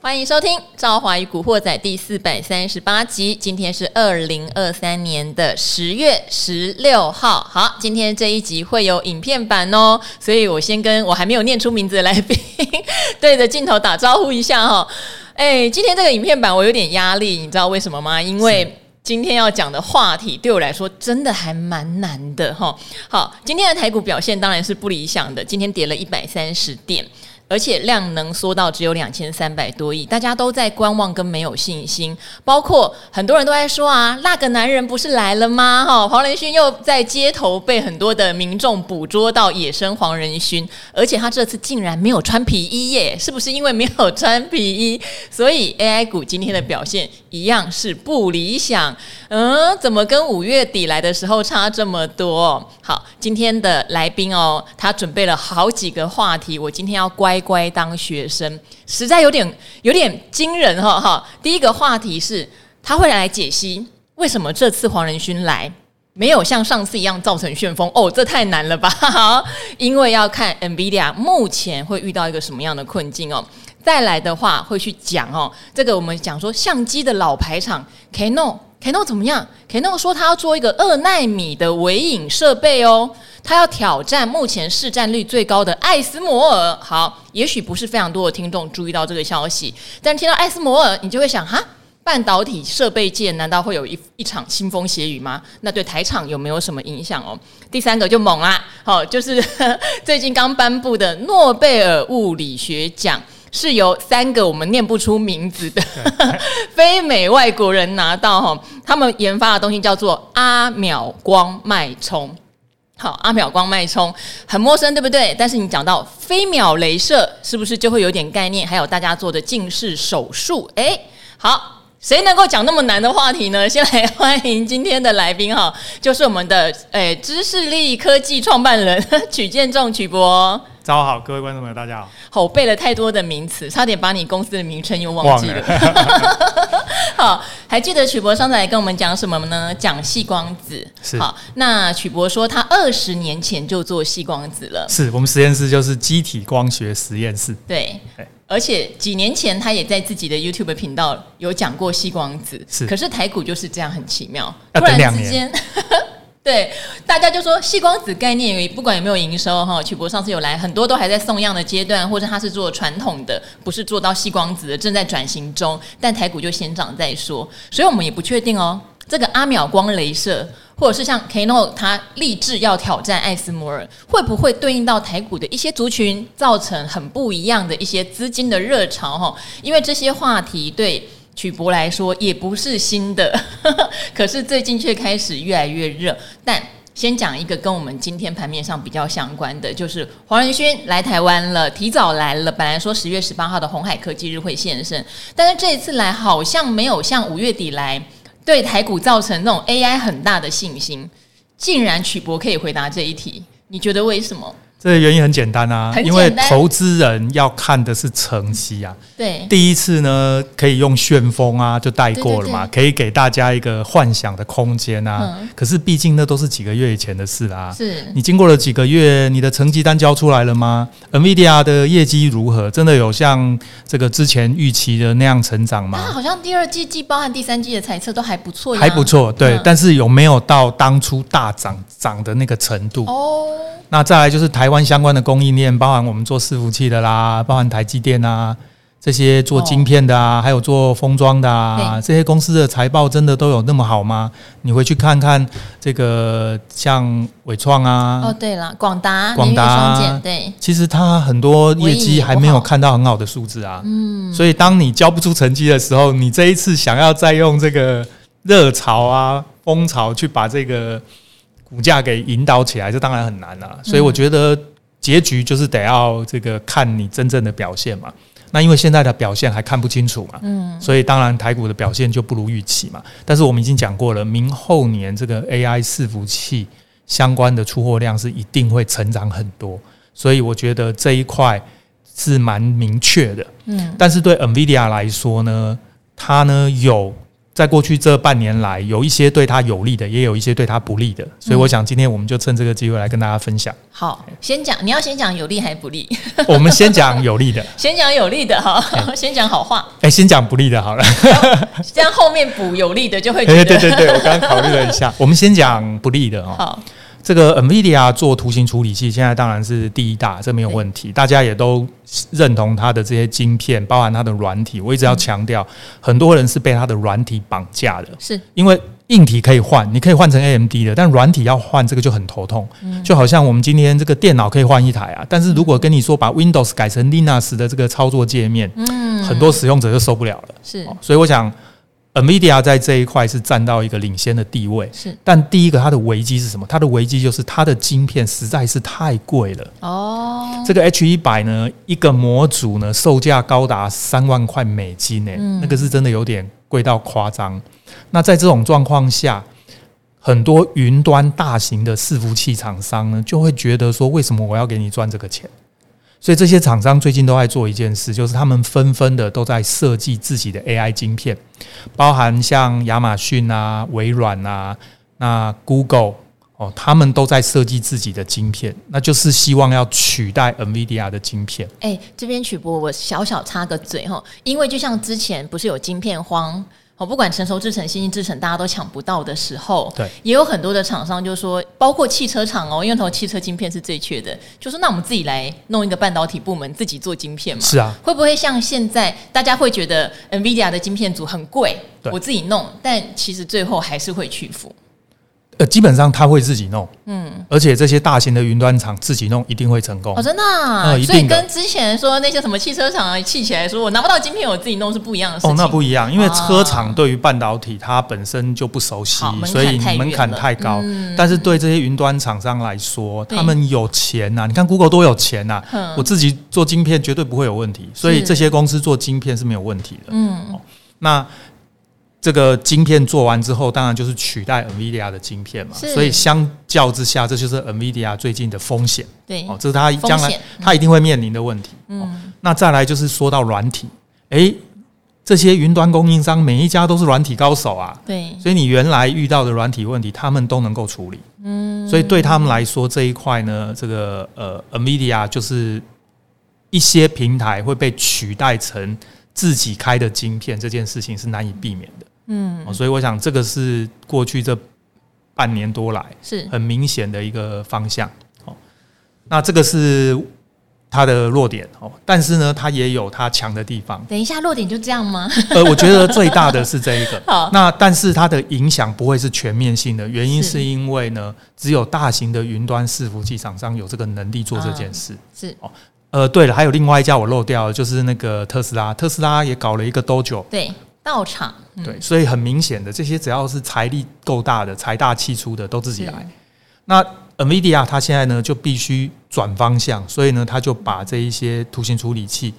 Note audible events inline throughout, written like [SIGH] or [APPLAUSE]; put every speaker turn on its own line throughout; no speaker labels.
欢迎收听《赵华与古惑仔》第四百三十八集。今天是二零二三年的十月十六号。好，今天这一集会有影片版哦，所以我先跟我还没有念出名字的来宾 [LAUGHS] 对着镜头打招呼一下哈、哦。哎，今天这个影片版我有点压力，你知道为什么吗？因为今天要讲的话题对我来说真的还蛮难的哈。好，今天的台股表现当然是不理想的，今天跌了一百三十点。而且量能缩到只有两千三百多亿，大家都在观望跟没有信心，包括很多人都在说啊，那个男人不是来了吗？哈、哦，黄仁勋又在街头被很多的民众捕捉到野生黄仁勋，而且他这次竟然没有穿皮衣耶，是不是因为没有穿皮衣，所以 AI 股今天的表现一样是不理想？嗯，怎么跟五月底来的时候差这么多？好，今天的来宾哦，他准备了好几个话题，我今天要乖。乖当学生，实在有点有点惊人哈、哦、哈。第一个话题是，他会来解析为什么这次黄仁勋来没有像上次一样造成旋风哦，这太难了吧？ [LAUGHS] 好，因为要看 Nvidia 目前会遇到一个什么样的困境哦。再来的话会去讲哦，这个我们讲说相机的老牌厂 Canon。Canon 怎么样？Canon 说他要做一个二纳米的微影设备哦，他要挑战目前市占率最高的艾斯摩尔。好，也许不是非常多的听众注意到这个消息，但听到艾斯摩尔，你就会想哈。半导体设备界难道会有一一场腥风血雨吗？那对台厂有没有什么影响哦？第三个就猛啦，好、哦，就是 [LAUGHS] 最近刚颁布的诺贝尔物理学奖。是由三个我们念不出名字的非美外国人拿到哈，他们研发的东西叫做阿秒光脉冲。好，阿秒光脉冲很陌生，对不对？但是你讲到飞秒镭射，是不是就会有点概念？还有大家做的近视手术，哎，好。谁能够讲那么难的话题呢？先来欢迎今天的来宾哈，就是我们的诶、欸、知识力科技创办人 [LAUGHS] 曲建仲曲博。
早好，各位观众朋友，大家好。
好，我背了太多的名词，差点把你公司的名称又忘记了。了 [LAUGHS] 好，还记得曲博上次来跟我们讲什么呢？讲细光子。
是。
好，那曲博说他二十年前就做细光子了。
是我们实验室就是机体光学实验室。
对。对而且几年前，他也在自己的 YouTube 频道有讲过细光子，
是。
可是台股就是这样很奇妙，
突
然之间， [LAUGHS] 对大家就说细光子概念，不管有没有营收哈，曲博上次有来，很多都还在送样的阶段，或者他是做传统的，不是做到细光子的，正在转型中。但台股就先涨再说，所以我们也不确定哦。这个阿秒光镭射，或者是像 Kano，他立志要挑战艾斯摩尔，会不会对应到台股的一些族群，造成很不一样的一些资金的热潮？哈，因为这些话题对曲博来说也不是新的， [LAUGHS] 呵呵可是最近却开始越来越热。但先讲一个跟我们今天盘面上比较相关的，就是黄仁勋来台湾了，提早来了。本来说十月十八号的红海科技日会现身，但是这一次来好像没有像五月底来。对台股造成那种 AI 很大的信心，竟然曲博可以回答这一题，你觉得为什么？
这个原因很简单啊，
单
因为投资人要看的是成绩啊。
对，
第一次呢可以用旋风啊就带过了嘛
对对对，
可以给大家一个幻想的空间啊。嗯、可是毕竟那都是几个月以前的事啦、啊。
是
你经过了几个月，你的成绩单交出来了吗？NVIDIA 的业绩如何？真的有像这个之前预期的那样成长吗？
好像第二季季报和第三季的猜测都还不错呀，
还不错。对，嗯、但是有没有到当初大涨涨的那个程度？
哦。
那再来就是台湾相关的供应链，包含我们做伺服器的啦，包含台积电啊，这些做晶片的啊，哦、还有做封装的啊，这些公司的财报真的都有那么好吗？你回去看看这个像伟创啊，
哦对了，广达、
广
达，对，
其实它很多业绩还没有看到很好的数字啊，嗯，所以当你交不出成绩的时候，你这一次想要再用这个热潮啊、风潮去把这个。股价给引导起来，这当然很难啦、啊。所以我觉得结局就是得要这个看你真正的表现嘛。那因为现在的表现还看不清楚嘛，嗯，所以当然台股的表现就不如预期嘛。但是我们已经讲过了，明后年这个 AI 伺服器相关的出货量是一定会成长很多，所以我觉得这一块是蛮明确的，
嗯。
但是对 NVIDIA 来说呢，它呢有。在过去这半年来，有一些对他有利的，也有一些对他不利的，所以我想今天我们就趁这个机会来跟大家分享。
好，先讲你要先讲有利还不利， [LAUGHS]
我们先讲有利的，
先讲有利的哈， [LAUGHS] 先讲好话，
哎、先讲不利的好了。
这样后面补有利的就会觉
哎，
得
对对对，我刚刚考虑了一下，我们先讲不利的哦。
好，
这个 NVIDIA 做图形处理器，现在当然是第一大，这没有问题，大家也都认同它的这些晶片，包含它的软体。我一直要强调，很多人是被它的软体绑架的，
是
因为硬体可以换，你可以换成 AMD 的，但软体要换这个就很头痛。就好像我们今天这个电脑可以换一台啊，但是如果跟你说把 Windows 改成 Linux 的这个操作界面，
嗯
很多使用者就受不了了。
是
哦所以我想，NVIDIA 在这一块是占到一个领先的地位。
是
但第一个，它的危机是什么？它的危机就是它的晶片实在是太贵了。
哦，
这个 H 一百呢，一个模组呢，售价高达三万块美金呢、那个是真的有点贵到夸张。那在这种状况下，很多云端大型的伺服器厂商呢，就会觉得说，为什么我要给你赚这个钱？所以这些厂商最近都在做一件事，就是他们纷纷的都在设计自己的 AI 晶片，包含像亚马逊啊、微软啊、那 Google 哦，他们都在设计自己的晶片，那就是希望要取代 NVIDIA 的晶片。
哎、这边曲博，我小小插个嘴哈，因为就像之前不是有晶片荒。哦，不管成熟制程、新兴制程，大家都抢不到的时候，
对，
也有很多的厂商就说，包括汽车厂哦，因为头汽车晶片是最缺的，就说那我们自己来弄一个半导体部门，自己做晶片嘛。
是啊，
会不会像现在大家会觉得呃 NVIDIA 的晶片组很贵，
对
我自己弄，但其实最后还是会屈服。
呃，基本上他会自己弄，嗯，而且这些大型的云端厂自己弄一定会成功
哦，。真的、啊
呃一
所以
定的
跟之前说那些什么汽车厂啊，气起来说我拿不到晶片，我自己弄是不一样的事情。
哦，那不一样，因为
啊
车厂对于半导体它本身就不熟悉
好，门槛
所以
太远
门槛
了嗯
太高。但是对这些云端厂商来说，
对
他们有钱啊呐、你看 Google 多有钱呐、
嗯
我自己做晶片绝对不会有问题，所以
是
这些公司做晶片是没有问题的。哦
嗯，
那这个晶片做完之后，当然就是取代 NVIDIA 的晶片嘛，
是
所以相较之下，这就是 NVIDIA 最近的风险。
对，
哦，这是他将
风
来
险
他一定会面临的问题。哦，那再来就是说到软体，诶，这些云端供应商每一家都是软体高手啊，
对，
所以你原来遇到的软体问题，他们都能够处理。嗯，所以对他们来说这一块呢，这个呃，NVIDIA 就是一些平台会被取代成自己开的晶片，这件事情是难以避免的。嗯、所以我想这个是过去这半年多来
是
很明显的一个方向。哦，那这个是它的弱点哦，但是呢，它也有它强的地
[LAUGHS]。
方
等一下落点就这样吗？
呃，我觉得最大的是这一个。
好，
那但是它的影响不会是全面性的，原因
是
是因为呢，只有大型的云端伺服器厂商有这个能力做这件事。
是
呃，对了，还有另外一家我漏掉了，就是那个特斯拉，特斯拉也搞了一个 Dojo，
对到场，嗯
对，所以很明显的，这些只要是财力够大的、财大气粗的，都自己
是
来。那 NVIDIA 它现在呢就必须转方向，所以呢，它就把这一些图形处理器，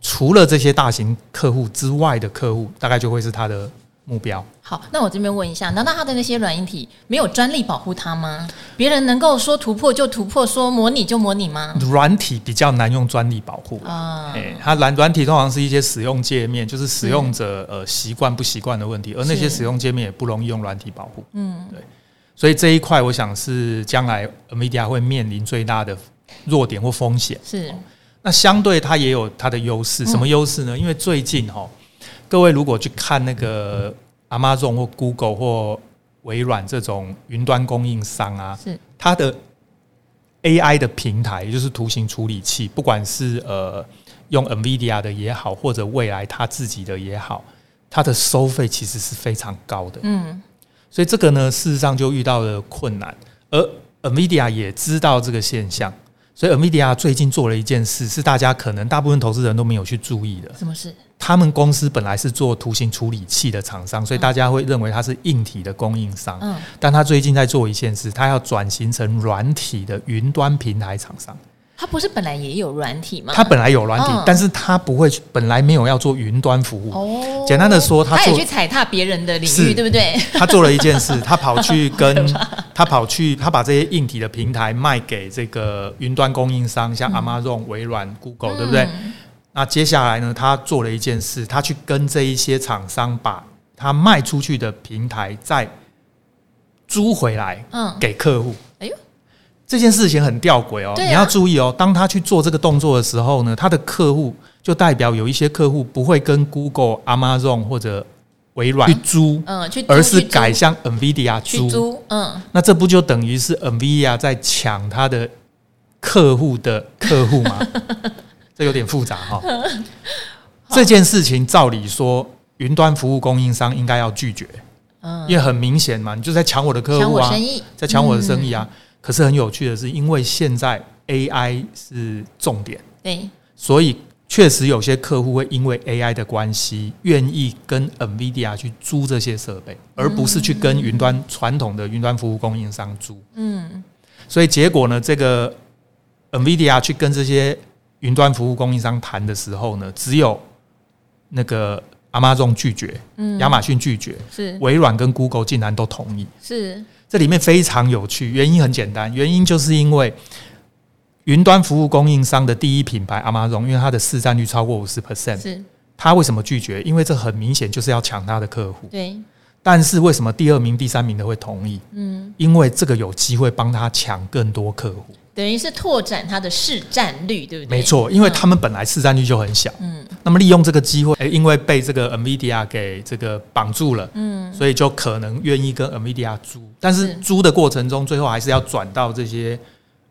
除了这些大型客户之外的客户，大概就会是它的目标。
好，那我这边问一下，难道他的那些软硬体没有专利保护它吗？别人能够说突破就突破，说模拟就模拟吗？
软体比较难用专利保护。
嗯啊、
哎、它软软体通常是一些使用界面，就是使用者呃习惯不习惯的问题，而那些
是
使用界面也不容易用软体保护。嗯，对，所以这一块我想是将来 NVIDIA 会面临最大的弱点或风险。
是
那相对它也有它的优势，什么优势呢？因为最近哈、各位如果去看那个 Amazon 或 Google 或微软这种云端供应商啊，
是
它的 AI 的平台，也就是图形处理器，不管是呃用 NVIDIA 的也好，或者未来它自己的也好，它的收费其实是非常高的。
嗯，
所以这个呢，事实上就遇到了困难，而 NVIDIA 也知道这个现象，所以 NVIDIA 最近做了一件事，是大家可能大部分投资人都没有去注意的。
什么事？
他们公司本来是做图形处理器的厂商，所以大家会认为它是硬体的供应商，
嗯，
但他最近在做一件事，他要转型成软体的云端平台厂商。
它不是本来也有软体吗？
他本来有软体
嗯，
但是他不会去，本来没有要做云端服务，
哦
简单地说它
他也
做
去踩踏别人的领域，
是
对不对？
他做了一件事，他跑去跟他跑去，他把这些硬体的平台卖给这个云端供应商，像
嗯
Amazon、微软、Google，对不对？那接下来呢，他做了一件事，他去跟这一些厂商把它卖出去的平台再租回来
嗯，
给客户。
哎呦，
这件事情很吊诡哦，
对啊
你要注意哦。当他去做这个动作的时候呢，他的客户就代表有一些客户不会跟 Google、Amazon 或者微软去租，
嗯，去租
而是
去租
改向 NVIDIA
去
租。
租，嗯，
那这不就等于是 NVIDIA 在抢他的客户的客
[LAUGHS]
户吗？这有点复杂哈、这件事情照理说，云端服务供应商应该要拒绝，
嗯
因为很明显嘛，你就在抢我的客
抢
户
我
啊
生，意，嗯
在抢我的生意啊。可是很有趣的是，因为现在 AI 是重点，
嗯对，
所以确实有些客户会因为 AI 的关系，愿意跟 NVIDIA 去租这些设备，而不是去跟云端传统的云端服务供应商租。
嗯，
所以结果呢，这个 NVIDIA 去跟这些云端服务供应商谈的时候呢，只有那个 Amazon 拒绝，
嗯
亚马逊拒绝，
是
微软跟 Google 竟然都同意。
是，
这里面非常有趣，原因很简单，原因就是因为云端服务供应商的第一品牌 Amazon，因为它的市占率超过五十 percent，
是
它为什么拒绝？因为这很明显就是要抢它的客户。
对，
但是为什么第二名、第三名的会同意？
嗯，
因为这个有机会帮他抢更多客户。
等于是拓展它的市占率，对不对？
没，错，因为他们本来市占率就很小，
嗯
那么利用这个机会，诶因为被这个 NVIDIA 给这个绑住了，
嗯，
所以就可能愿意跟 NVIDIA 租，但是
是
租的过程中，最后还是要转到这些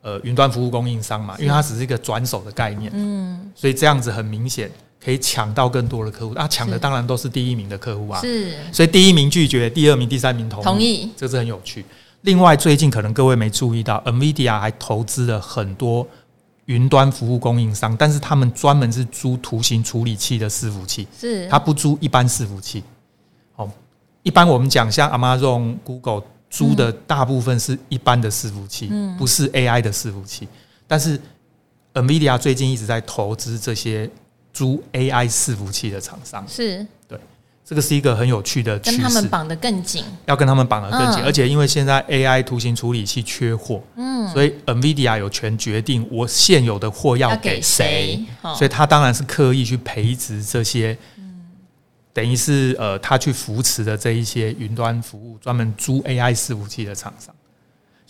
呃云端服务供应商嘛，因为它只是一个转手的概念，
嗯，
所以这样子很明显可以抢到更多的客户，啊，抢的
是
当然都是第一名的客户啊，
是
所以第一名拒绝，第二名、第三名同意，
同意
这是很有趣。另外，最近可能各位没注意到，NVIDIA 还投资了很多云端服务供应商，但是他们专门是租图形处理器的伺服器，
是，
它不租一般伺服器。哦，一般我们讲像 Amazon、Google 租的大部分是一般的伺服器，
嗯
不是 AI 的伺服器。但是 NVIDIA 最近一直在投资这些租 AI 伺服器的厂商，
是
这个是一个很有趣的趋
跟
势。
他们绑得更紧，
要跟他们绑得更紧，
嗯
而且因为现在 AI 图形处理器缺货，嗯，所以 NVIDIA 有权决定我现有的货要给谁，？
哦
所以他当然是刻意去培植这些，等于是呃，他去扶持的这一些云端服务专门租 AI 伺服器的厂商。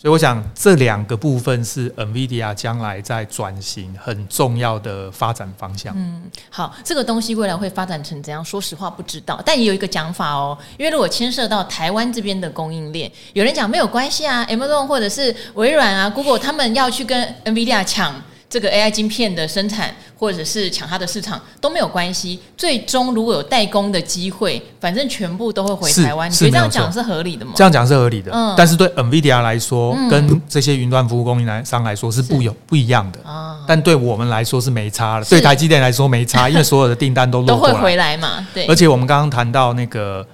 所以我想这两个部分是 NVIDIA 将来在转型很重要的发展方向。
好，这个东西未来会发展成怎样？说实话不知道，但也有一个讲法哦，因为如果牵涉到台湾这边的供应链，有人讲没有关系啊，Amazon 或者是微软啊、Google 他们要去跟 NVIDIA 抢。这个 AI 晶片的生产，或者是抢它的市场都没有关系。最终如果有代工的机会，反正全部都会回
是
台湾。你觉
是
得这
没有
样讲
错
是合理的吗？
这样讲是合理的，
嗯
但是对 NVIDIA 来说，跟这些云端服务供应商来嗯说是不有不一样的。
啊，
但对我们来说是没差了，
是
对台积电来说没差，因为所有的订单都
都
落过
会
来。
回来嘛？对，
而且我们刚刚谈到那个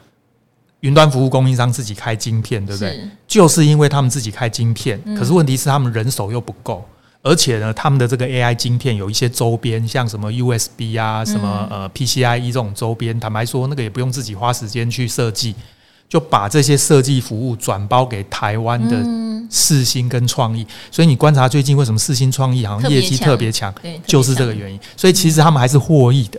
云端服务供应商自己开晶片，对不对？
是
就是因为他们自己开晶片，可是问题是他们人手又不够，而且呢，他们的这个 AI 晶片有一些周边，像什么 USB 啊、什么呃 PCIe 这种周边，坦白说，那个也不用自己花时间去设计，就把这些设计服务转包给台湾的
嗯，
世新跟创意。所以你观察最近为什么世新创意好像业绩
特
特
别
别强，
对，
就是这
原。
个原因。所以其实他们还是获益的。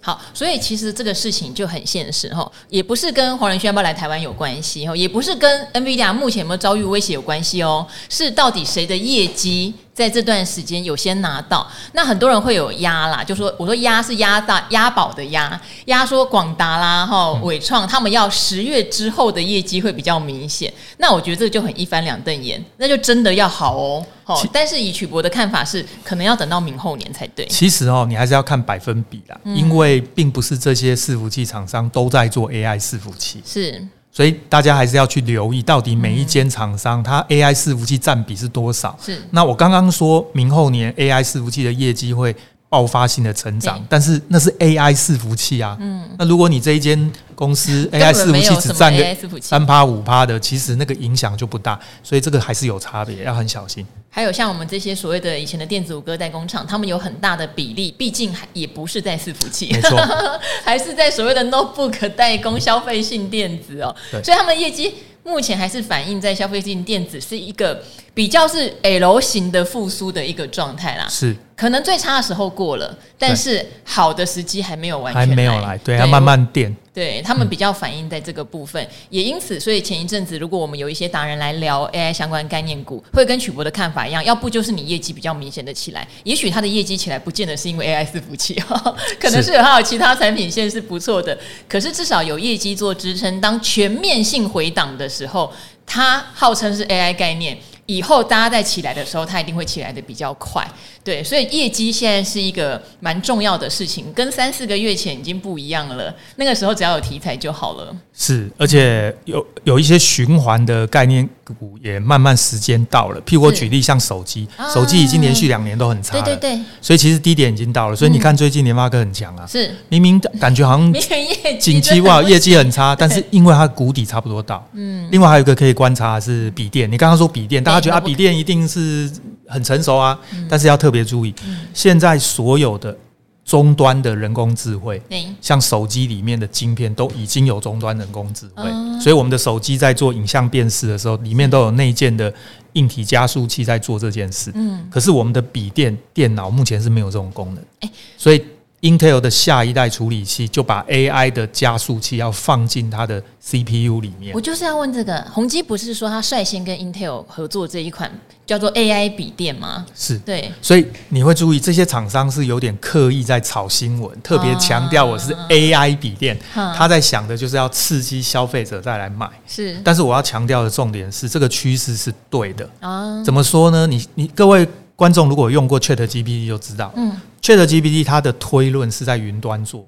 好，所以其实这个事情就很现实哈，也不是跟黄仁勋要不要来台湾有关系哈，也不是跟 NVIDIA 目前有没有遭遇威胁有关系哦，是到底谁的业绩在这段时间有先拿到？那很多人会有压啦，就说我说压是压大押宝的压，压说广达啦哈、
嗯
伟创他们要十月之后的业绩会比较明显，那我觉得这就很一翻两瞪眼，那就真的要好哦。哦
其，
但是以曲博的看法是，可能要等到明后年才对。
其实哦，你还是要看百分比啦，因为并不是这些伺服器厂商都在做 AI 伺服器，
是，
所以大家还是要去留意到底每一间厂商它 AI 伺服器占比是多少。
是
那我刚刚说明后年 AI 伺服器的业绩会爆发性的成长
对，嗯
但是那是 AI 伺服器啊。那如果你这一间公司 AI
根本
伺服
没有
器
什
只
么
占个
AI 伺服器
三趴五趴的，其实那个影响就不大，所以这个还是有差别，要很小心。
还有像我们这些所谓的以前的电子五哥代工厂，他们有很大的比例，毕竟还也不是在伺服器
没，错，
[LAUGHS] 还是在所谓的 notebook 代工消费性电子哦，
对
所以他们的业绩目前还是反映在消费性电子是一个比较是 L 型的复苏的一个状态啦。
是
可能最差的时候过了，但是好的时机还没有完全
还没有来，对，要慢慢垫。
对他们比较反映在这个部分，也因此，所以前一阵子如果我们有一些达人来聊 AI 相关概念股，会跟曲博的看法一样，要不就是你业绩比较明显的起来，也许它的业绩起来不见得是因为 AI 伺服器， [LAUGHS] 可能是有它有其他产品线是不错的，可是至少有业绩做支撑。当全面性回档的时候，它号称是 AI 概念。以后大家再起来的时候，它一定会起来的比较快，对，所以业绩现在是一个蛮重要的事情，跟三四个月前已经不一样了。那个时候只要有题材就好了。
是，而且有有一些循环的概念股也慢慢时间到了。譬如我举例，像手机，
啊
手机已经连续两年都很差
对
了，
对嗯对，
所以其实低点已经到了。所以你看最近联发科很强啊， [LAUGHS]
是
明明感觉好像
明年业绩
景气不好，业绩很差，但是因为它的谷底差不多到，嗯，另外还有一个可以观察的是笔电，你刚刚说笔电，大家觉得啊，
对
笔电一定是很成熟啊，
嗯
但是要特别注意，现在所有的终端的人工智慧。
对
像手机里面的晶片都已经有终端人工智慧，
嗯
所以我们的手机在做影像辨识的时候，里面都有内建的硬体加速器在做这件事。
嗯，
可是我们的笔电、电脑目前是没有这种功能，
哎
所以 Intel 的下一代处理器就把 AI 的加速器要放进它的 CPU 里面
我。就是要问这个，宏基不是说他率先跟 Intel 合作这一款叫做 AI 笔电吗？
是，
对，
所以你会注意这些厂商是有点刻意在炒新闻，特别强调我是
啊
AI 笔电，
嗯
他在想的就是要刺激消费者再来买。
是
但是我要强调的重点是，这个趋势是对的。
啊，
怎么说呢？你你各位观众如果有用过 Chat GPT 就知道，
嗯
Chat GPT 它的推论是在云端做，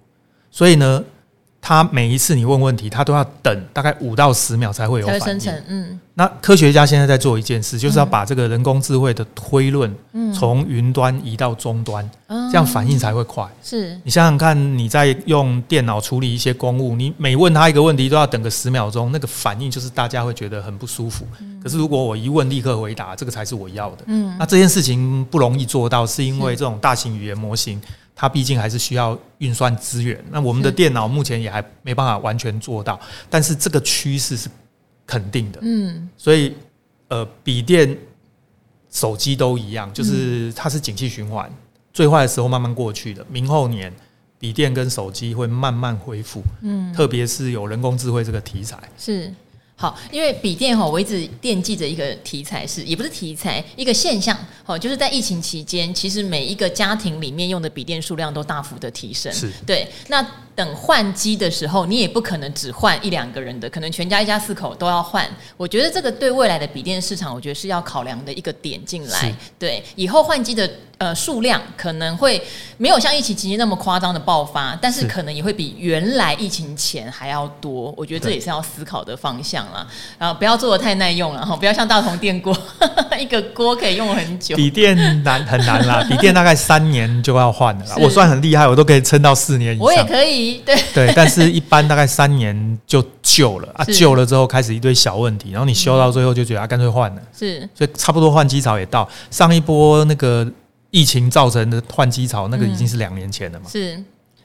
所以呢，它每一次你问问题，它都要等大概五到十秒才会有
才会
反
生
应。
成，嗯
那科学家现在在做一件事，就是要把这个人工智慧的推论
嗯
从云端移到终端，
嗯
这样反应才会快。
是
你想想看，你在用电脑处理一些公务，你每问他一个问题都要等个十秒钟，那个反应就是大家会觉得很不舒服。可是如果我一问立刻回答，这个才是我要的。
嗯
那这件事情不容易做到，是因为这种大型语言模型，它毕竟还是需要运算资源。那我们的
是
电脑目前也还没办法完全做到，但是这个趋势是肯定的。
嗯
所以，呃，笔电、手机都一样，
嗯
就是它是景气循环，最坏的时候慢慢过去的，明后年笔电跟手机会慢慢恢复，
嗯。
特别是有人工智慧这个题材。
是。好，因为笔电哈，我一直惦记着一个题材是，也不是题材，一个现象哦，就是在疫情期间，其实每一个家庭里面用的笔电数量都大幅的提升。
是
对。那等换机的时候，你也不可能只换一两个人的，可能全家一家四口都要换。我觉得这个对未来的笔电市场，我觉得是要考量的一个点进来
是。
对，以后换机的呃数量可能会没有像疫情期间那么夸张的爆发，但是
是
可能也会比原来疫情前还要多。我觉得这
对
也是要思考的方向啦。然后不要做的太耐用了哈，不要像大同电锅， [LAUGHS] 一个锅可以用很久。
笔电难很难
[LAUGHS]
啦，笔电大概三年就要换了啦。
是
我算很厉害，我都可以撑到四年以
我也
上。
可以，对，
对，但是一般大概三年就旧了啊，
是
旧了之后开始一堆小问题，然后你修到最后就觉得啊，干脆换了。
是
所以差不多换机潮也到上一波那个疫情造成的换机潮，那个已
嗯
经是两年前了嘛。
是。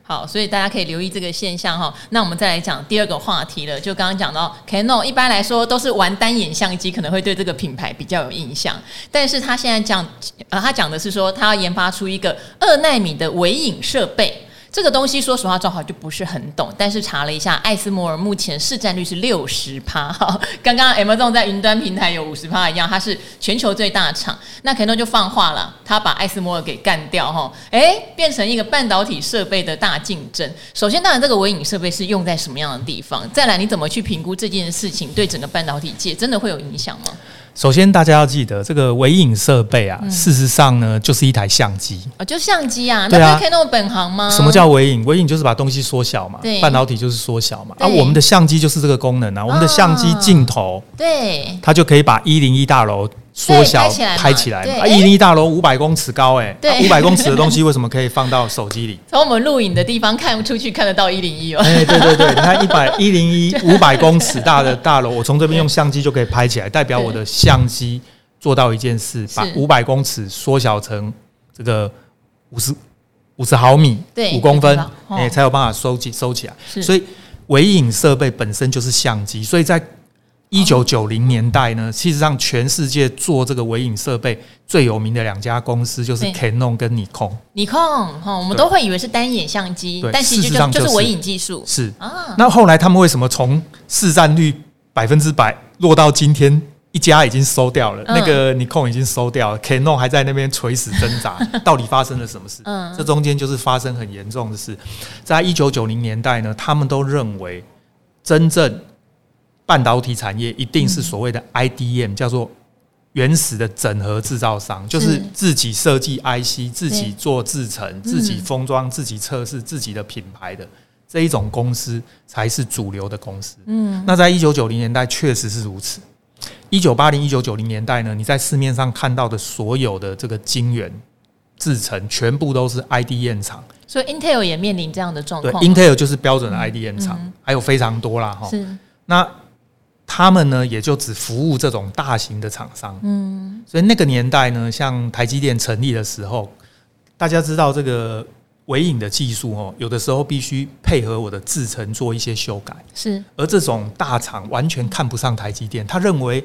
好，所以大家可以留意这个现象哈。那我们再来讲第二个话题了，就刚刚讲到 Canon，一般来说都是玩单眼相机，可能会对这个品牌比较有印象。但是他现在讲，呃，他讲的是说他要研发出一个二纳米的微影设备。这个东西说实话，赵华就不是很懂，但是查了一下，艾斯摩尔目前市占率是六十趴， [LAUGHS] 哈刚刚 Amazon 在云端平台有五十趴一样，它是全球最大厂。那 Canon 就放话了，他把艾斯摩尔给干掉，哈，哎，变成一个半导体设备的大竞争。首先，当然这个微影设备是用在什么样的地方？再来，你怎么去评估这件事情对整个半导体界真的会有影响吗？
首先，大家要记得这个微影设备
嗯
啊，事实上呢就是一台相机。
啊，就相机啊，那
对啊
不是 Canon 本行吗？
什么叫微影？微影就是把东西缩小嘛
对，
半导体就是缩小嘛。啊，
对哦
我们的相机就是这个功能啊，我们的相机镜头
对？
它就可以把一零一大楼缩
对拍
小
起来嘛
拍起来嘛。
对
啊，一零一大楼五百公尺高哎、
对
五百、500公尺的东西为什么可以放到手机里？
从我们录影的地方看出去，看得到一零一哦。
哎、对对对，你看一百一
[LAUGHS]
零一五百公尺大的大楼，我从这边用相机就可以拍起来，代表我的相机做到一件事，把
是
五百公尺缩小成这个五十五十毫米，
对
五公分，
我知、道
哎
哦
才有办法收集收起来。
是
所以微影设备本身就是相机，所以在一九九零年代呢，事实上全世界做这个微影设备最有名的两家公司就是
对
Canon 跟 Nikon。
你控哈，我们
对
都会以为是单眼相机
对，
但其实
事实
就
上
就
就是是
微影技术
是，
啊，
那后来他们为什么从市占率百分之百落到今天？一家已经收掉了，
嗯
那个 Nikon 已经收掉了，Canon 还在那边垂死挣
[LAUGHS]
扎，到底发生了什么事？
嗯
这中间就是发生很严重的事。在一九九零年代呢，他们都认为真正半导体产业一定是所谓的 IDM，、叫做原始的整合制造商，就是自己设计 IC、自己做制程、自己
嗯
封装、自己测试、自己的品牌的这一种公司才是主流的公司。
嗯，
那在一九九零年代确实是如此。一九八零、一九九零年代呢，你在市面上看到的所有的这个晶圆制程，全部都是 IDM 厂。
所以 Intel 也面临这样的状
对
况，
，Intel 哦就是标准的 IDM 厂，
哦嗯
还有非常多啦哈。
是
那他们呢，也就只服务这种大型的厂商。
嗯
所以那个年代呢，像台积电成立的时候，大家知道这个微影的技术哦，有的时候必须配合我的制程做一些修改。
是
而这种大厂完全看不上台积电，他认为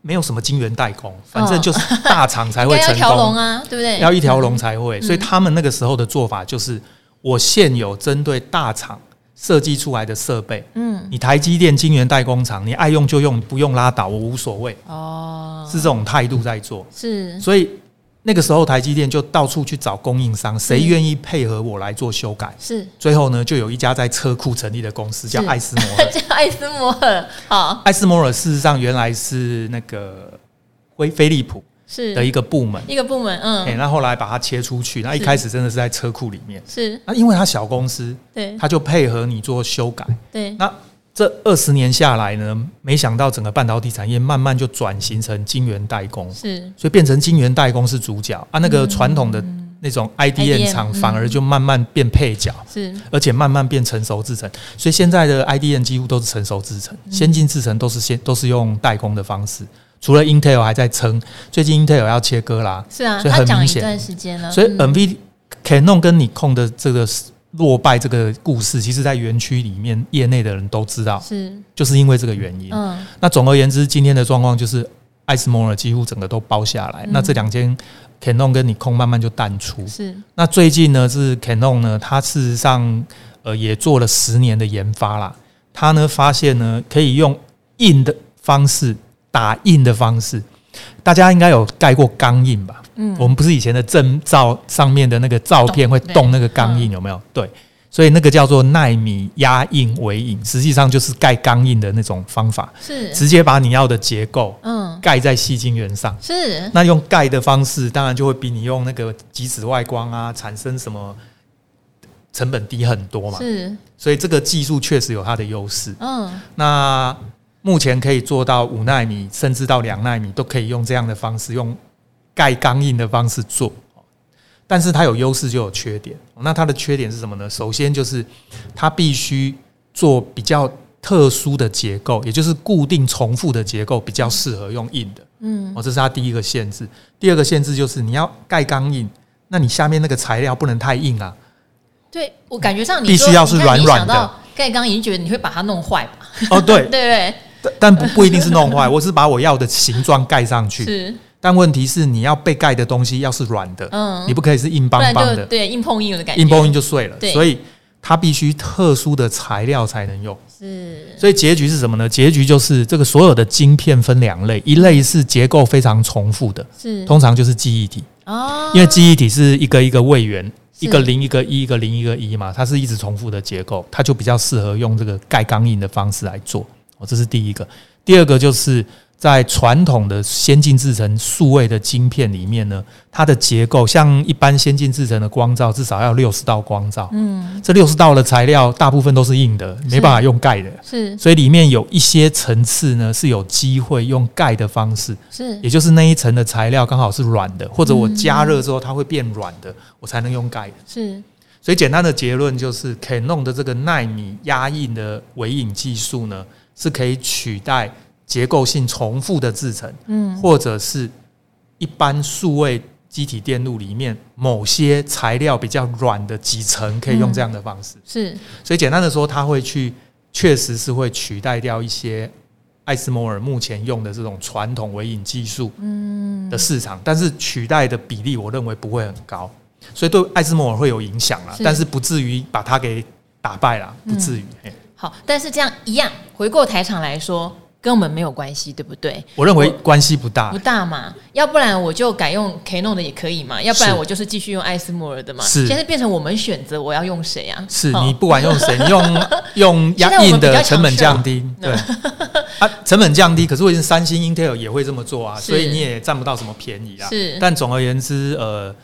没有什么晶圆代工，反正就是大厂才
应
会
哦 [LAUGHS] 该要
成
条龙嗯
功，
啊，对不对？
要一条龙才会。所以他们那个时候的做法就是，我现有针对大厂设计出来的设备，
嗯
你台积电晶圆代工厂，你爱用就用，不用拉倒，我无所谓，
哦
是这种态度在做。
是
所以那个时候台积电就到处去找供应商，谁
嗯
愿意配合我来做修改？
是， [LAUGHS]
最后呢，就有一家在车库成立的公司叫
是
艾斯摩尔。
叫艾斯摩尔好
艾斯摩尔事实上原来是那个菲飞利浦
是
的一个部门，
一个部门，
哎、
嗯
那后来把它切出去，那一
是
开始真的是在车库里面，
是
那因为它小公司，
对
它就配合你做修改。
对
那这二十年下来呢，没想到整个半导体产业慢慢就转型成晶圆代工，
是
所以变成晶圆代工是主角啊，那个
嗯
传统的那种
IDM
IDM 厂反而
嗯
就慢慢变配角。
是
而且慢慢变成熟制程，所以现在的 IDM 几乎都是成熟制程，
嗯
先进制程都是先都是用代工的方式。除了 Intel 还在撑，最近 Intel 要切割啦，
是啊，
所以
他
很
讲
明
一
显
段时间了，
所以
嗯
NV Canon 跟你控的这个落败这个故事，其实在园区里面业内的人都知道，
是
就是因为这个原因。
嗯
那总而言之，今天的状况就是艾斯摩尔几乎整个都包下来，
嗯
那这两间 Canon 跟你控慢慢就淡出。
是
那最近呢是 Canon 呢，它事实上呃也做了十年的研发啦。它呢发现呢可以用印的方式打印的方式，大家应该有盖过钢印吧？
嗯
我们不是以前的证照上面的那个照片会动那个钢
嗯
印有没有？对，所以那个叫做纳米压印微影，实际上就是盖钢印的那种方法，
是
直接把你要的结构
嗯
盖在细晶圆上。
是
那用盖的方式，当然就会比你用那个极紫外光啊，产生什么成本低很多嘛。
是
所以这个技术确实有它的优势。
嗯
那目前可以做到五纳米，甚至到两纳米，都可以用这样的方式，用盖钢印的方式做。但是它有优势就有缺点。那它的缺点是什么呢？首先就是它必须做比较特殊的结构，也就是固定重复的结构比较适合用印的。
嗯
哦，这是它第一个限制。第二个限制就是你要盖钢印，那你下面那个材料不能太硬啊。
对我感觉上你
必
说
须要是
你看
软
你
软
想
的
到盖刚已经觉得你会把它弄坏吧？
哦，
对
对
不，对？
但但不不一定是弄坏，我是把我要的形状盖上去。
是
但问题是，你要被盖的东西要是软的，
嗯
你不可以是硬
不
邦
然
邦
就
的，
对硬碰硬的感觉，
硬邦硬就碎了
对。
所以它必须特殊的材料才能用。
是
所以结局是什么呢？结局就是这个所有的晶片分两类，一类是结构非常重复的，
是
通常就是记忆体。
哦，
因为记忆体是一个一个位元，
是
一个零，一个一，一个零，一个一嘛，它是一直重复的结构，它就比较适合用这个盖钢印的方式来做。哦，这是第一个。第二个就是在传统的先进制程数位的晶片里面呢，它的结构像一般先进制程的光照至少要六十道光照，
嗯
这六十道的材料大部分都是硬的，没办法用盖的。
是
所以里面有一些层次呢是有机会用盖的方式，
是
也就是那一层的材料刚好是软的，或者我加热之后它会变软的，我才能用盖的。
是
所以简单的结论就是，Canon 的这个纳米压印的微影技术呢，是可以取代结构性重复的制成，
嗯
或者是一般数位机体电路里面某些材料比较软的集成，可以用这样的方式。
是
所以简单的说，它会去确实是会取代掉一些艾斯摩尔目前用的这种传统微影技术的市场，但是取代的比例我认为不会很高，所以对艾斯摩尔会有影响啦，
是
但是不至于把它给打败啦，不至于。嘿
好，但是这样一样，回过台场来说，跟我们没有关系，对不对？
我认为关系不大
不，大嘛，要不然我就改用 Canon 的也可以嘛，要不然
是
我就是继续用艾斯摩尔的嘛。
是
现在变成我们选择我要用谁啊？
是
哦
你不管用谁，你用
[LAUGHS]
用
现在
压
我们
印
比较
的
常
成本
用
降低，对啊，成本降低。可是我已经三星、Intel 也会这么做啊，
是
所以你也占不到什么便宜啊。
是
但总而言之，呃，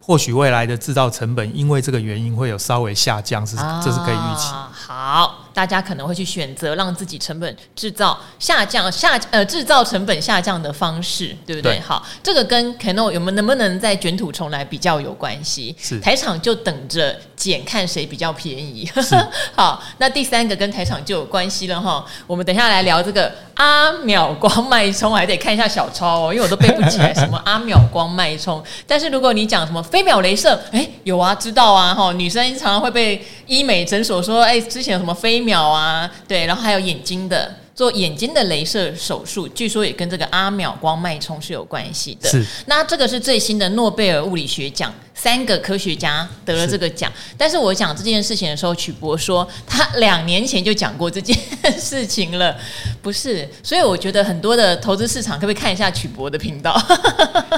或许未来的制造成本因为这个原因会有稍微下降，是这是可以预期。
啊好，大家可能会去选择让自己成本制造下降下呃制造成本下降的方式，对不对？
对
好，这个跟 Canon 有没有能不能在卷土重来比较有关系。
是
台场就等着捡看谁比较便宜。 [LAUGHS] 好，那第三个跟台场就有关系了哈。我们等一下来聊这个阿秒光脉冲，还得看一下小抄哦，因为我都背不起来什么阿秒光脉冲。 [LAUGHS] 但是如果你讲什么飞秒镭射，哎、有啊，知道啊哈。女生常常会被医美诊所说，哎、之前有什么飞秒啊，对，然后还有眼睛的。做眼睛的镭射手术，据说也跟这个阿秒光脉冲是有关系的。
是
那这个是最新的诺贝尔物理学奖，三个科学家得了这个奖。但是我讲这件事情的时候，曲博说他两年前就讲过这件事情了， [LAUGHS] 不是？所以我觉得很多的投资市场可不可以看一下曲博的频道，，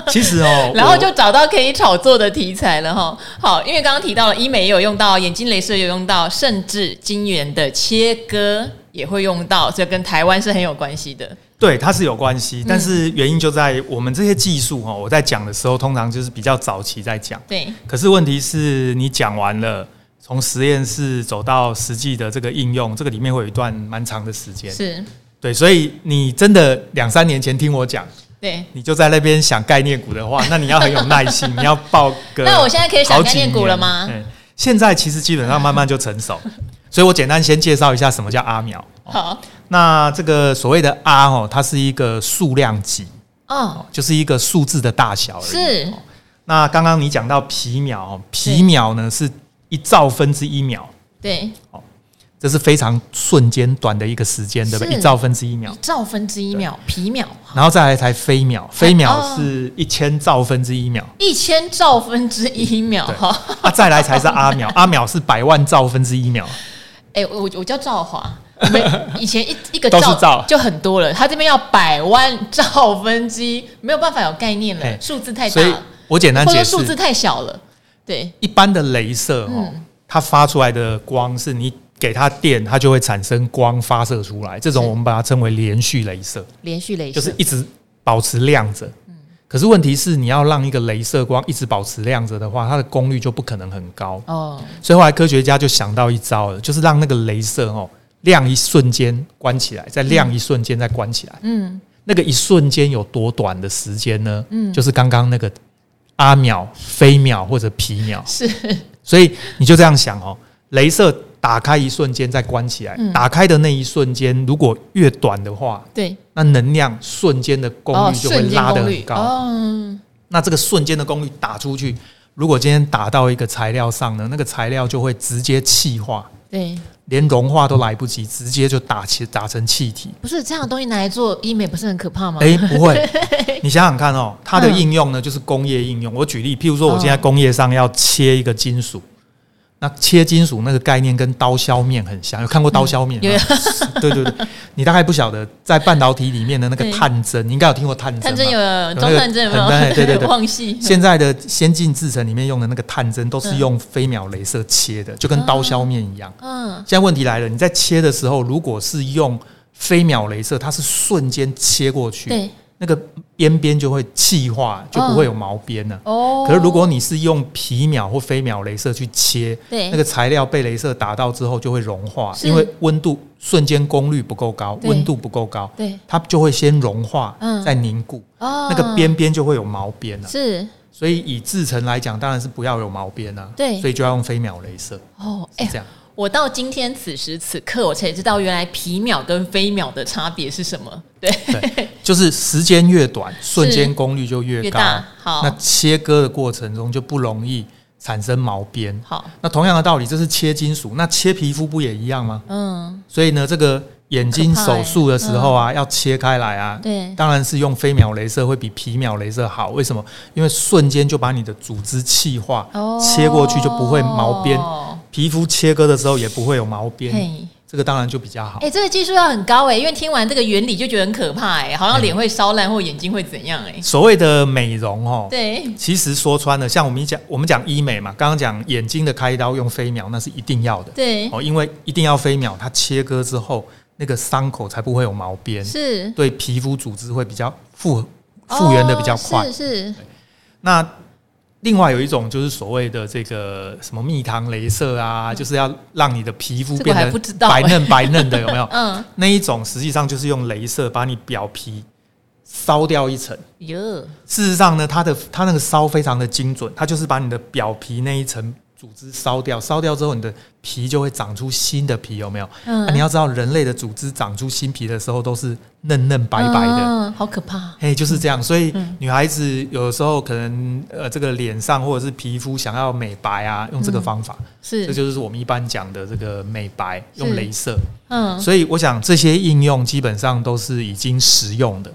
其实哦
[LAUGHS] 然后
我
就找到可以炒作的题材了哈。好，因为刚刚提到了医美也有用到，眼睛镭射也有用到，甚至晶圆的切割也会用到，这跟台湾是很有关系的。
对它是有关系，
嗯
但是原因就在我们这些技术哦，我在讲的时候，通常就是比较早期在讲。
对，
可是问题是你讲完了，从实验室走到实际的这个应用，这个里面会有一段蛮长的时间。
是，
对，所以你真的两三年前听我讲，
对。
你就在那边想概念股的话，那你要很有耐心，你要报个。
[LAUGHS] 那我现在可以想概念股了吗
嗯，现在其实基本上慢慢就成熟，所以我简单先介绍一下什么叫阿秒。
好，
那这个所谓的阿哦，它是一个数量级，
哦，
就是一个数字的大小而已。
是
那刚刚你讲到皮秒，哦皮秒呢是一兆分之一秒，
对，
这是非常瞬间短的一个时间，对不对？
是
一兆分之一秒
一，兆分之一秒，皮秒，
然后再来才飞秒，飞
哦
秒是一千兆分之一秒，
一千兆分之一秒
对
哈。
啊，再来才是阿
[LAUGHS]
秒，阿秒是百万兆分之一秒，
哎、我我叫赵华，我
[LAUGHS]
们以前一一个
都是
兆
兆
就很多了，他这边要百万兆分之一，没有办法有概念
哎
了，数、字太大
所以
了，
我简单
或者
解
数字嗯
释，
太小了。对，
一般的镭射哦，它发出来的光是你给它电，它就会产生光发射出来，这种
是
我们把它称为连续镭射，
连续雷射、
就是一直保持亮着。
嗯
可是问题是，你要让一个镭射光一直保持亮着的话，它的功率就不可能很高。
哦，
所以后来科学家就想到一招了，就是让那个镭射哦亮一瞬间关起来，再亮一瞬间再关起来。
嗯，
那个一瞬间有多短的时间呢？嗯，就是刚刚那个阿秒、飞秒或者皮秒。
是
所以你就这样想哦，镭射打开一瞬间再关起来，
嗯
打开的那一瞬间如果越短的话，
对，
那能量瞬间的功
哦，
率就会
瞬间
拉得
功率
很高。
哦，
那这个瞬间的功率打出去，如果今天打到一个材料上呢，那个材料就会直接气化，
对，
连融化都来不及，直接就打气打成气体。
不是这样的东西拿来做医美，不是很可怕吗？
诶，不会，
[LAUGHS]
你想想看哦，它的应用呢，就是工业应用。我举例，譬如说，我现
嗯
在工业上要切一个金属，那切金属那个概念跟刀削面很像，有看过刀削面
嗯有
吗？对对对，你大概不晓得，在半导体里面的那个
对
探针，你应该有听过探针吧。
探针有
有那
中
个
探针有没
很
有？
对对
[LAUGHS]
对对
忘记
现在的先进制程里面用的那个探针，都是用飞秒镭射切的，就跟刀削面一样。
嗯，
现在问题来了，你在切的时候，如果是用飞秒镭射，它是瞬间切过去，
对，
那个边边就会气化，就不会有毛边了。
哦。
可是如果你是用皮秒或飞秒镭射去切，
对
那个材料被镭射打到之后就会融化，
是
因为温度瞬间功率不够高，
对
温度不够高，
对
它就会先融化，
嗯
再凝固，
哦，
那个边边就会有毛边了、
是
所以以制成来讲，当然是不要有毛边啊，
对
所以就要用飞秒镭射，
哦，哎、
是这样。
我到今天此时此刻，我才知道原来皮秒跟飞秒的差别是什么。对，
对，就是时间越短，瞬间功率就越高。
越大好
那切割的过程中就不容易产生毛边。
好，
那同样的道理，这是切金属，那切皮肤不也一样吗？
嗯，
所以呢，这个眼睛
可怕欸
手术的时候啊，要切开来啊，
对，
当然是用飞秒镭射会比皮秒镭射好。为什么？因为瞬间就把你的组织气化，
哦
切过去就不会毛边皮肤切割的时候也不会有毛边，
嘿，
这个当然就比较好
哎、。这个技术要很高哎、因为听完这个原理就觉得很可怕哎、好像脸会烧烂或眼睛会怎样哎、
所谓的美容哦，
对，
其实说穿了，像我们一讲我们讲医美嘛，刚刚讲眼睛的开刀用飞秒，那是一定要的
对，
哦，因为一定要飞秒，它切割之后那个伤口才不会有毛边，
是
对皮肤组织会比较复复原的比较快。
哦是是，
那另外有一种就是所谓的这个什么蜜糖镭射啊，就是要让你的皮肤
嗯这个
变
我还不知
得
道欸？
白嫩 [LAUGHS] 白嫩的，有没有
嗯，
那一种实际上就是用镭射把你表皮烧掉一层。
哟，
事实上呢，它的它那个烧非常的精准，它就是把你的表皮那一层组织烧掉，烧掉之后你的皮就会长出新的皮，有没有？
嗯
啊你要知道，人类的组织长出新皮的时候都是嫩嫩白白的，
嗯，好可怕，
嘿，就是这样。所以女孩子有的时候可能呃，这个脸上或者是皮肤想要美白啊，用
嗯
这个方法，这
是，
就是我们一般讲的这个美白，
是
用镭射。
嗯，
所以我想这些应用基本上都是已经实用的。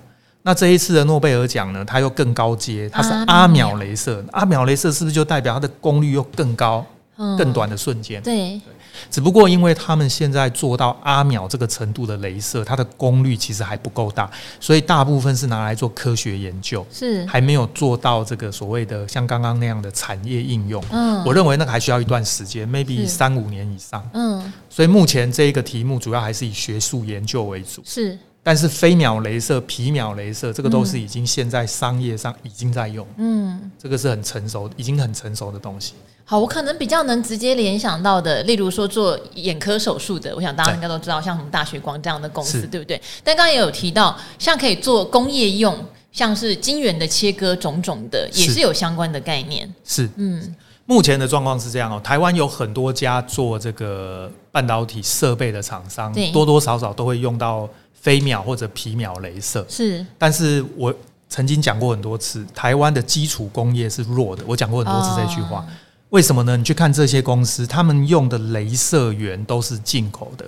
那这一次的诺贝尔奖呢，它又更高阶，它是
阿
阿
秒
秒镭射。阿秒镭射是不是就代表它的功率又更高、
嗯
更，短的瞬间？
对，
只不过因为他们现在做到阿秒这个程度的镭射，它的功率其实还不够大，所以大部分是拿来做科学研究，
是，
还没有做到这个所谓的像刚刚那样的产业应用。
嗯，
我认为那个还需要一段时间
是
，maybe 三五年以上。
嗯，
所以目前这一个题目主要还是以学术研究为主，
是，
但是飞秒镭射、皮秒镭射，这个都是已经现在商业上已经在用，
嗯。
这个是很成熟、已经很成熟的东西。
好，我可能比较能直接联想到的，例如说做眼科手术的，我想大家
对
应该都知道，像什么大血光这样的公司，
是
对不对？但刚刚也有提到，像可以做工业用，像是晶圆的切割种种的，也
是
是有相关的概念。
是
嗯，
目前的状况是这样哦，台湾有很多家做这个半导体设备的厂商
对，
多多少少都会用到飞秒或者皮秒镭射。
是
但是我曾经讲过很多次，台湾的基础工业是弱的，我讲过很多次这句话。
哦
为什么呢？你去看这些公司，他们用的镭射源都是进口的，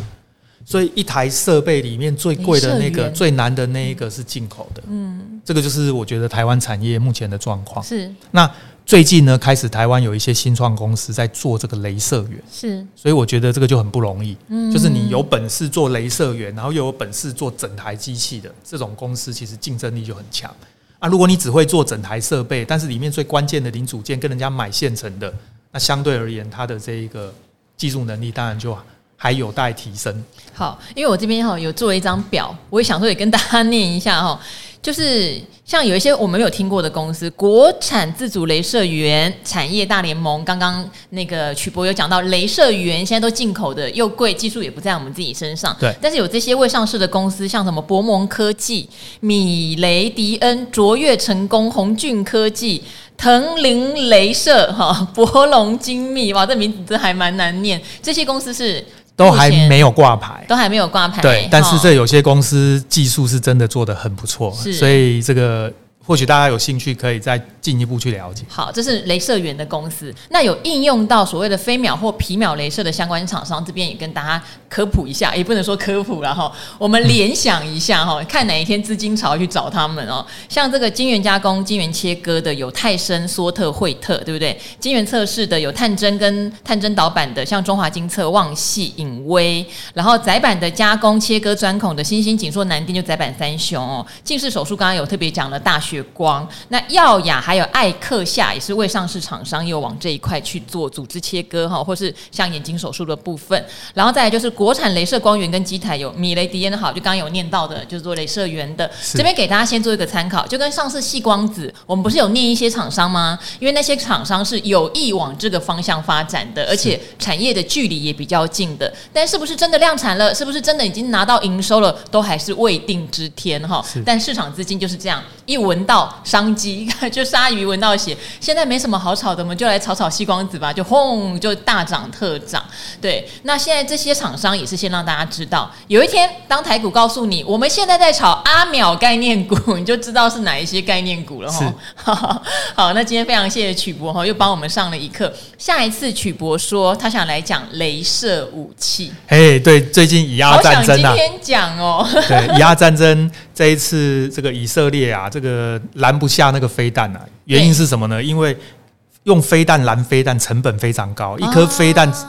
所以一台设备里面最贵的那
镭射
个、
源
最难的那一个是进口的。嗯，这个就是我觉得台湾产业目前的状况。
是
那最近呢，开始台湾有一些新创公司在做这个镭射源，
是，
所以我觉得这个就很不容易。嗯，就是你有本事做镭射源，然后又有本事做整台机器的这种公司，其实竞争力就很强啊。如果你只会做整台设备，但是里面最关键的零组件跟人家买现成的，那相对而言，它的这一个技术能力当然就还有待提升。
好，因为我这边哈有做了一张表，我也想说也跟大家念一下哈， [LAUGHS] 就是像有一些我们有听过的公司，国产自主镭射源产业大联盟，刚刚那个曲博有讲到，镭射源现在都进口的，又贵，技术也不在我们自己身上。
对
但是有这些未上市的公司，像什么博蒙科技、米雷迪恩、卓越成功、红俊科技。腾林镭射哈， [LAUGHS] 博龙精密，哇，这名字真还蛮难念。这些公司是
都还
目前
没有挂牌，
都还没有挂牌。
对
哈，
但是这有些公司技术是真的做得很不错，
是
所以这个或许大家有兴趣可以再进一步去了解。
好，这是镭射源的公司。那有应用到所谓的飞秒或皮秒镭射的相关厂商，这边也跟大家科普一下，也不能说科普了哈，我
嗯
们联想一下哈，看哪一天资金潮去找他们哦。像这个晶圆加工、晶圆切割的有泰森、索特、惠特，对不对？晶圆测试的有探针跟探针导板的，像中华晶测、旺系、影威，然后窄板的加工、切割、钻孔的新兴紧缩南电就窄板三雄哦。近视手术刚刚有特别讲了大血光，那耀雅还有艾克夏也是未上市厂商，也有往这一块去做组织切割哈，或是像眼睛手术的部分。然后再来就是国产镭射光源跟机台有米雷迪恩好，就刚刚有念到的，就是做镭射源的。
是
这边给大家先做一个参考，就跟上次细光子，我们不是有念一些厂商吗？因为那些厂商是有意往这个方向发展的，而且产业的距离也比较近的。但是不是真的量产了，是不是真的已经拿到营收了，都还是未定之天哈
是。
但市场资金就是这样一文到商机， [LAUGHS] 就鲨鱼闻到血。现在没什么好炒的，我们就来炒炒西光子吧，就轰就大涨特涨。对，那现在这些厂商也是先让大家知道，有一天当台股告诉你，我们现在在炒阿秒概念股，你就知道是哪一些概念股了哈。 [LAUGHS] 好，好，那今天非常谢谢曲博哈，又帮我们上了一课。下一次曲博说他想来讲镭射武器，
嘿，对，最近以阿
好
战
想今
争啊，
天讲哦。
对，以阿战争这一次，这个以色列啊，这个拦不下那个飞弹啊，原因是什么呢？因为用飞弹拦飞弹成本非常高，一颗飞弹
啊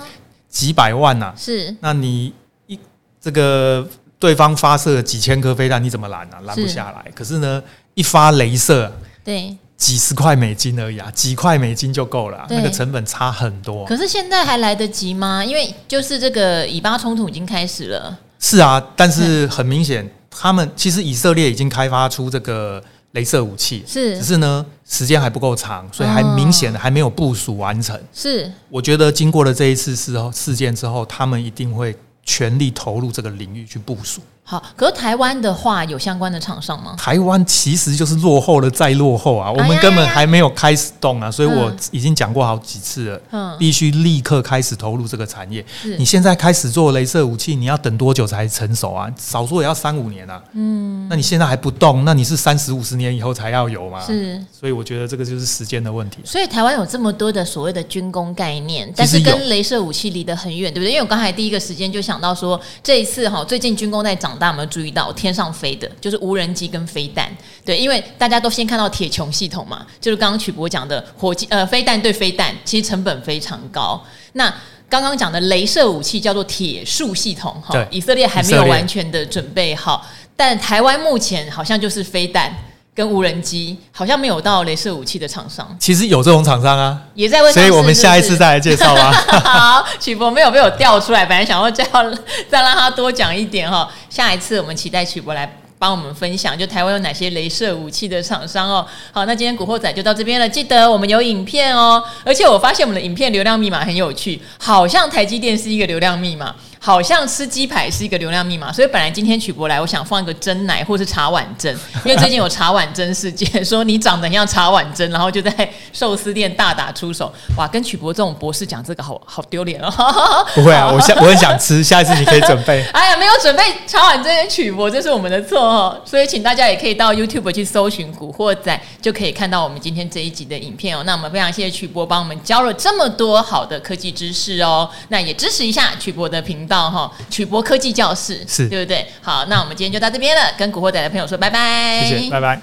几百万呐、啊，
是
那你一这个对方发射了几千颗飞弹，你怎么拦啊？拦不下来。可是呢，一发镭射啊
对，
几十块美金而已啊，几块美金就够了啊、
对
那个成本差很多。啊
可是现在还来得及吗？因为就是这个以巴冲突已经开始了，
是啊，但是很明显，他们其实以色列已经开发出这个镭射武器，
是
只是呢时间还不够长，所以还
哦
明显的还没有部署完成。
是
我觉得经过了这一次事后事件之后，他们一定会全力投入这个领域去部署。
好。可是台湾的话，有相关的厂商吗？
台湾其实就是落后了再落后啊，我
嗯哎
们
呀
根
哎
本
呀
还没有开始动啊，所以我
嗯
已经讲过好几次了。
嗯，
必须立刻开始投入这个产业。
是
你现在开始做镭射武器，你要等多久才成熟啊？少说也要三五年啊。嗯，那你现在还不动，那你是三十五十年以后才要有吗？，
是。
所以我觉得这个就是时间的问题。
所以台湾有这么多的所谓的军工概念，但是
其实
跟
有
镭射武器离得很远，对不对？因为我刚才第一个时间就想到说，这一次哈，最近军工在长大，有没有注意到天上飞的，就是无人机跟飞弹？对，因为大家都先看到铁穹系统嘛，就是刚刚曲博讲的火箭呃飞弹对飞弹，其实成本非常高。
[LAUGHS]
那刚刚讲的镭射武器叫做铁树系统哈
对，
以色列还没
以
有
色列
完全的准备好，但台湾目前好像就是飞弹跟无人机，好像没有到镭射武器的厂商。
其实有这种厂商啊，
也在问上
所
市，
以我们下一
是
次
不是
再来介绍吧。
[LAUGHS] 好，曲博没有被我调出来，本来想要叫 [LAUGHS] 再让他多讲一点哈。下一次我们期待曲博来帮我们分享，就台湾有哪些镭射武器的厂商哦。好，那今天古惑仔就到这边了，记得我们有影片哦。而且我发现我们的影片流量密码很有趣，好像台积电是一个流量密码。好像吃鸡排是一个流量密码，所以本来今天曲博来，我想放一个真奶或是茶碗蒸， [LAUGHS] 因为最近有茶碗蒸事件，说你长得很像茶碗蒸，然后就在寿司店大打出手，哇，跟曲博这种博士讲这个好好丢脸哦。
不会啊，我下我很想吃，下一次你可以准备。
哎呀，没有准备茶碗蒸跟曲博，这是我们的错哦。所以请大家也可以到 YouTube 去搜寻《古惑仔》，就可以看到我们今天这一集的影片哦。那我们非常谢谢曲博帮我们教了这么多好的科技知识哦。那也支持一下曲博的频道哈、哦，曲博科技教室
是
对不对？好，那我们今天就到这边了，跟古惑仔的朋友说拜拜，
谢谢，拜拜。